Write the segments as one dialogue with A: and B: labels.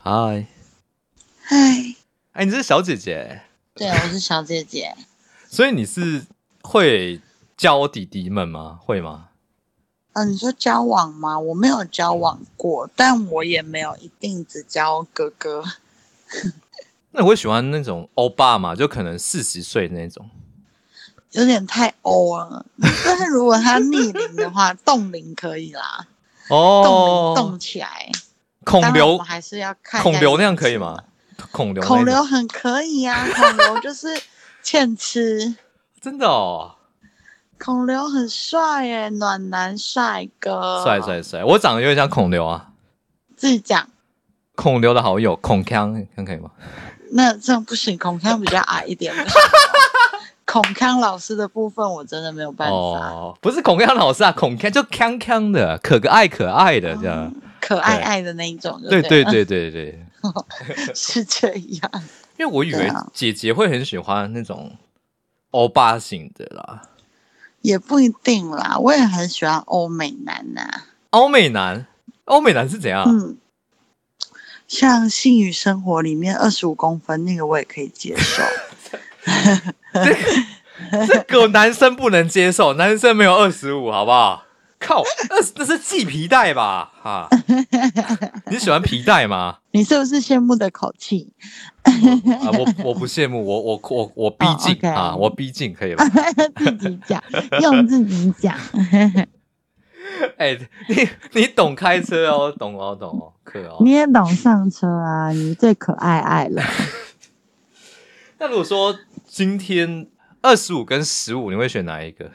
A: 嗨，
B: 唉，
A: 哎，你是小姐姐，
B: 对，我是小姐姐，
A: 所以你是会教弟弟们吗？会吗？
B: 嗯、你说交往吗？我没有交往过，但我也没有一定只交哥哥。
A: 那你会喜欢那种欧巴嘛？就可能四十岁那种。
B: 有点太欧了， 但是如果他逆龄的话，冻龄可以啦，冻龄冻
A: 哦，
B: 起来。
A: 孔
B: 当然我
A: 刘
B: 们，还是要看一下
A: 孔刘那样可以
B: 颜值嘛
A: 吗？？孔刘那种，
B: 孔刘很可以啊，孔刘就是欠吃，
A: 真的哦，
B: 孔刘很帅耶，暖男帅哥，
A: 帅，帅帅！我长得有点像孔刘啊，
B: 自己讲。
A: 孔刘的好友孔康，看可以吗？
B: 那这样不行， 孔康比较矮一点。不行孔康老师的部分我真的没有办法。
A: 哦，不是孔康老师啊，孔康就康康的，可可爱可爱的这样。
B: 嗯可爱爱的那一种就
A: 对
B: 对
A: 对
B: 了，
A: 对对对，
B: 是这样。
A: 因为我以
B: 对
A: 为
B: 啊
A: 姐姐会很喜欢那种欧巴型的啦，
B: 也不一定啦，我也很喜欢欧美男呐、
A: 欧美男，欧美男是怎样？
B: 嗯，像《性与生活》里面二十五公分那个我也可以 接受，
A: 这个男生不能接受，男生没有二十五，好不好？靠，那那是系皮带吧？ 哈，你喜欢皮带吗？
B: 你是不是羡慕的口气？
A: 啊，我我不羡慕，我我我我逼近、
B: 哦 OK
A: 啊，我逼近可以 吧？
B: 自己讲，用自己讲。
A: 哎、你你懂开车哦，懂哦，懂哦，可哦。
B: 你也懂上车啊，你最可爱爱了。
A: 那如果说今天二十五跟十五，你会选哪一个？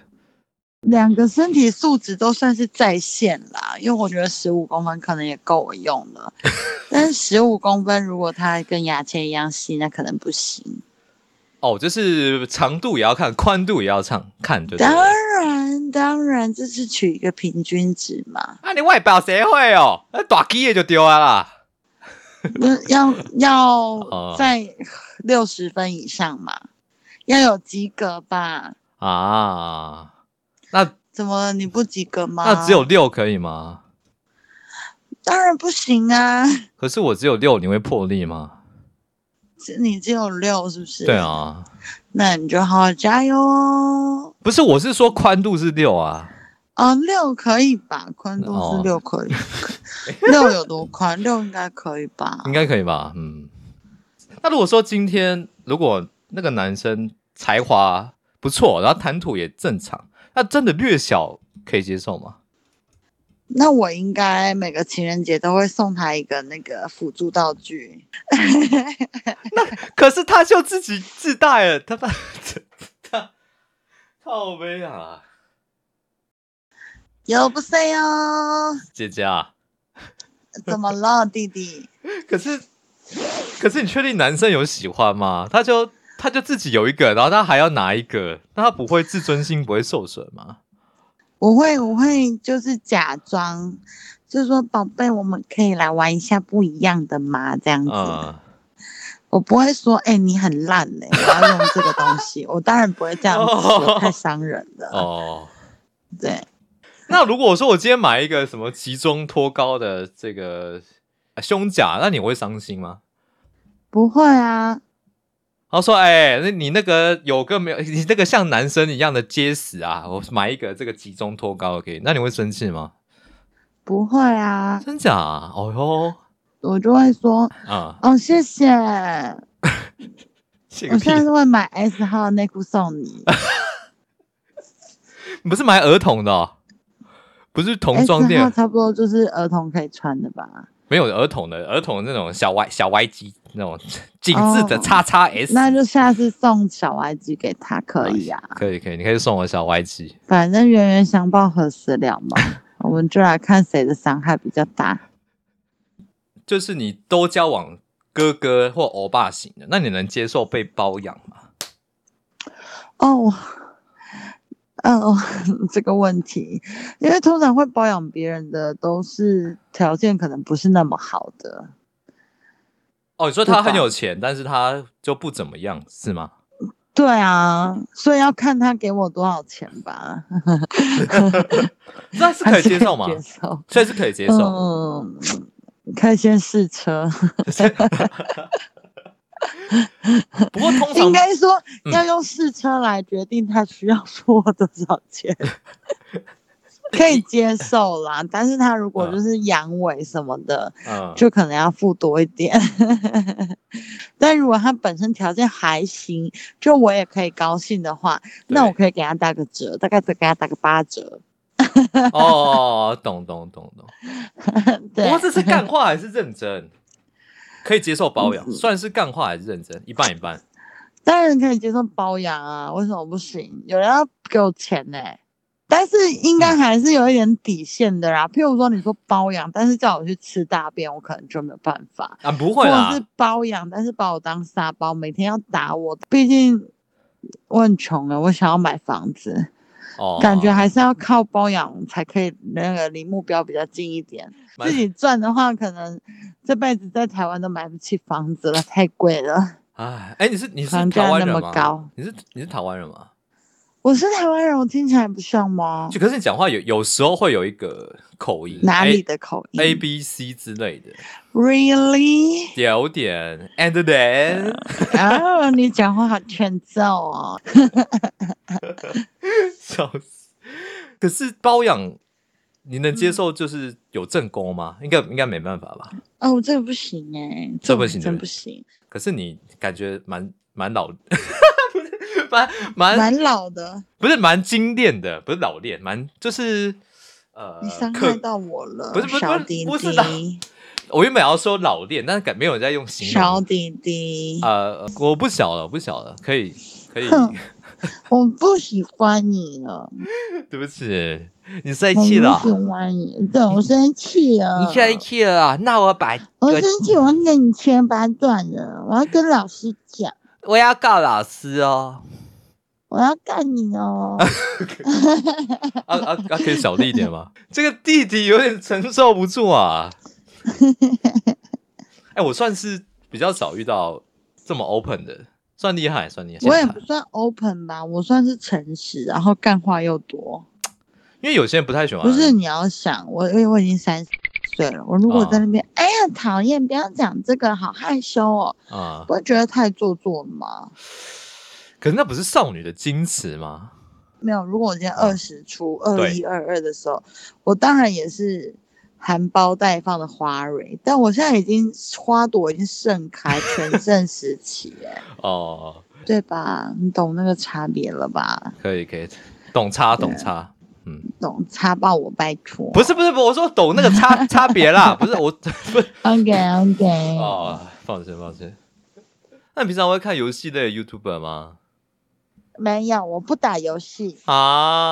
B: 两个身体素质都算是在线啦，因为我觉得十五公分可能也够我用 了，但是十五公分如果它跟牙签一样细，那可能不行。
A: 哦，就是长度也要看，宽度也要唱看，对不对
B: 当
A: 了？
B: 然，当然，这是取一个平均值嘛，
A: 啊，你外表谁会哦？那打鸡也就丢啊啦。
B: 那要
A: 哦
B: 要在六十分以上嘛，要有及格吧？
A: 啊，那
B: 怎么了你不及格吗？
A: 那只有六可以吗？
B: 当然不行啊，
A: 可是我只有六，你会破例吗？
B: 只你只有六是不是？
A: 对，啊，
B: 那你就好好加油哦。
A: 不是，我是说宽度是六啊。
B: 啊，六可以吧？宽度
A: 哦
B: 是六可以， 六有多宽？六应该可以吧
A: 应？该可以吧？嗯。那如果说今天如果那个男生才华不错，然后谈吐也正常，那真的略小可以接受吗？
B: 那我应该每个情人节都会送他一个那个辅助道具，
A: 可是他就自己自带了，他他 他靠背啊，
B: 有不塞哟？
A: 姐姐啊！
B: 怎么了，弟弟？
A: 可是可是你确定男生有喜欢吗？他就他就自己有一个，然后他还要拿一个，那他不会自尊心不会受损吗？
B: 我会，我会，就是假装，就是说，宝贝，我们可以来玩一下不一样的吗？这样子，
A: 嗯，
B: 我不会说，哎、你很烂嘞、我要用这个东西，我当然不会这样子说，太伤人了。
A: 哦。
B: 对，
A: 那如果我说我今天买一个什么集中托高的这个呃胸甲，那你会伤心吗？
B: 不会啊，
A: 然后说，哎、那你那个有个没有？ 你那个像男生一样的结实啊，我买一个这个集中托高给你，那你会生气吗？
B: 不会啊。
A: 真假、啊？哦哟，
B: 我就会说，
A: 啊、
B: 哦，谢谢，
A: 谢个
B: 我
A: 屁！
B: 下次会买 S 号内裤送你。
A: 你不是买儿童的、哦，不是 童
B: S
A: 装
B: 号
A: 店，
B: 差不多就是儿童可以穿的吧？
A: 没有儿童的，儿童那种小歪小歪机那种紧致的叉叉 S，、
B: 哦那就下次送小 Y G 给他可以啊，
A: 可以可以，你可以送我小歪机。
B: 反正冤冤相报何时了嘛。我们就来看谁的伤害比较大。
A: 就是你都交往哥哥或欧巴型的，那你能接受被包养吗？
B: 哦，哦， 这个问题，因为通常会包养别人的都是条件可能不是那么好的，
A: 哦，你说他
B: 对吧
A: 很有钱，但是他就不怎么样，是吗？
B: 对啊，所以要看他给我多少钱吧。
A: 那是可以接受吗
B: 还？是可以接受
A: 所以是可以接受。
B: 嗯，可以先试车。
A: 不过通
B: 嗯应
A: 常
B: 该说
A: 嗯
B: 要用试车来决定他需要付我多少 钱，可以接受啦。但是他如果
A: 嗯
B: 就是阳痿什么的，
A: 嗯，
B: 就可能要付多一点。 但如果他本身条件还行，就我也可以高兴的话，那
A: 对
B: 我可以给他打个折，大概再给他打个八折。
A: 哦，懂懂懂懂。不
B: 对
A: 过，这是干话还是认真？可以接受包
B: 嗯
A: 养，算是干话还是认真？一半一半。
B: 当然可以接受包养啊，为什么不行？有人要给我钱呢、但是应该还是有一点底线的啦。譬如说，你说包养，但是叫我去吃大便，我可能就没有办法；
A: 啊，不
B: 或
A: 会
B: 者
A: 啦
B: 是，包养，但是把我当沙包，每天要打我。毕竟我很穷啊，我想要买房子，
A: 哦，
B: 感觉还是要靠包养才可以，那个离目标比较近一点。
A: 蛮
B: 自己赚的话，可能这辈子在台湾都买不起房子了，太贵了。
A: 哎哎，你是你是
B: 房价
A: 台湾
B: 那
A: 人
B: 么
A: 吗？
B: 高
A: 你是你是台湾人吗？
B: 我是台湾人，我听起来不像吗？
A: 就可是你讲话有有时候会有一个口音，哎
B: 哪里的口音
A: A, A B C 之类的，
B: ？Really？
A: 有点 and then
B: 啊，你讲话好欠揍哦！
A: 笑死。可是包养，你能接受就是有正宫吗？应该应该没办法吧。
B: 哦，我这个不行哎，
A: 这不
B: 个
A: 行
B: 真
A: 对不
B: 不行，
A: 可是你感觉蛮蛮老， 不是蛮蛮
B: 蛮老的，
A: 不是蛮精炼的，不是老练，蛮就是呃，
B: 你伤
A: 客
B: 害到我了，
A: 不是不是
B: 小
A: 不是
B: 弟
A: 不是的
B: 弟，
A: 我原本要说老练，但是感没有人在用形
B: 小
A: 容。
B: 弟弟，
A: 呃，我不小了，我不小了，可以可以，
B: 哼我不喜欢你了，
A: 对不起，你生
B: 我
A: 气了啊
B: 不喜，欢你，对我生气了，
A: 你生气了，啊那我把
B: 我
A: 我
B: 生气，我要跟你千八断了，我要跟老师讲，
A: 我要告老师哦。
B: 我要干你哦。
A: 啊啊啊！可以小力一点吗？ 这个弟弟有点承受不住啊。 哎，我算是比较少遇到这么 open 的，算厉害，算厉害。
B: 我也
A: 现在
B: 不算 open 吧，我算是诚实，然后干话又多。
A: 因为有些人不太喜欢，
B: 不是你要想，我因为我已经三十岁了，我如果
A: 哦
B: 在那边，哎呀讨厌，不要讲这个，好害羞哦，
A: 啊、
B: 不会觉得太做作吗？
A: 可是那不是少女的矜持吗？
B: 没有，如果我今天二十出二
A: 哦对
B: 一二二的时候，我当然也是含苞待放的花蕊，但我现在已经花朵已经盛开，全盛时期，哎，
A: 哦，
B: 对吧？你懂那个差别了吧？
A: 可以可以，懂差
B: 啊
A: 懂差，
B: 懂插爆我，拜托。
A: 不是不是不是，我说懂那个 差差别啦，不是我不是
B: OK OK，
A: 哦，放心放心。那你平常会看游戏类的 YouTuber 吗？
B: 没有，我不打游戏。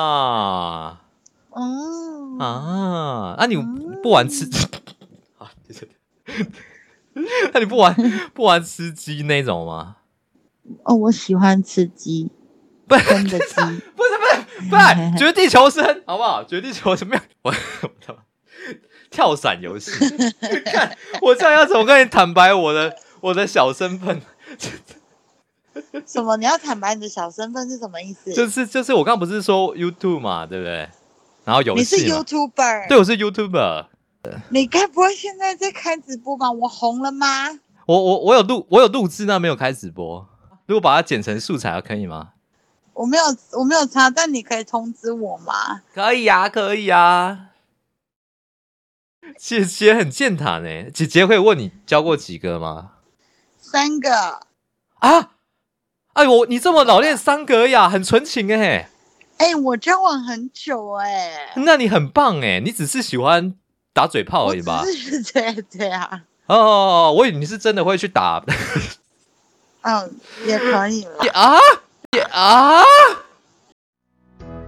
A: 啊
B: 嗯，
A: 啊，那、你不玩吃？啊，谢谢。 那你不玩不玩吃鸡那种吗？
B: 哦，我喜欢吃鸡，
A: 不
B: 真的鸡。
A: 不是不是不 是绝地求生，好不好？绝地求生没有我我他妈跳伞游戏， 看我这样要怎么跟你坦白我的我的小身份？
B: 什么？你要坦白你的小身份是什么意思？
A: 就是就是我刚刚不是说 YouTube 嘛，对不对？然后游
B: 你是
A: 戏嘛，
B: YouTuber，
A: 对，我是 YouTuber。
B: 你该不会现在在开直播吧？我红了吗？
A: 我我我有录我有录制，但没有开直播。如果把它剪成素材，可以吗？
B: 我没有，我没有查，但你可以通知我吗？
A: 可以啊，可以啊。姐姐很健谈诶、姐姐会问你交过几个吗？
B: 三个。
A: 啊，哎我你这么老练三格
B: 啊
A: 呀，很纯情诶、
B: 哎、我交往很久哎、
A: 那你很棒诶、你只是喜欢打嘴炮
B: 我
A: 而已吧
B: 只？是对对啊，
A: 哦，我以为你是真的会去打
B: 嗯，也可以了。
A: 啊啊！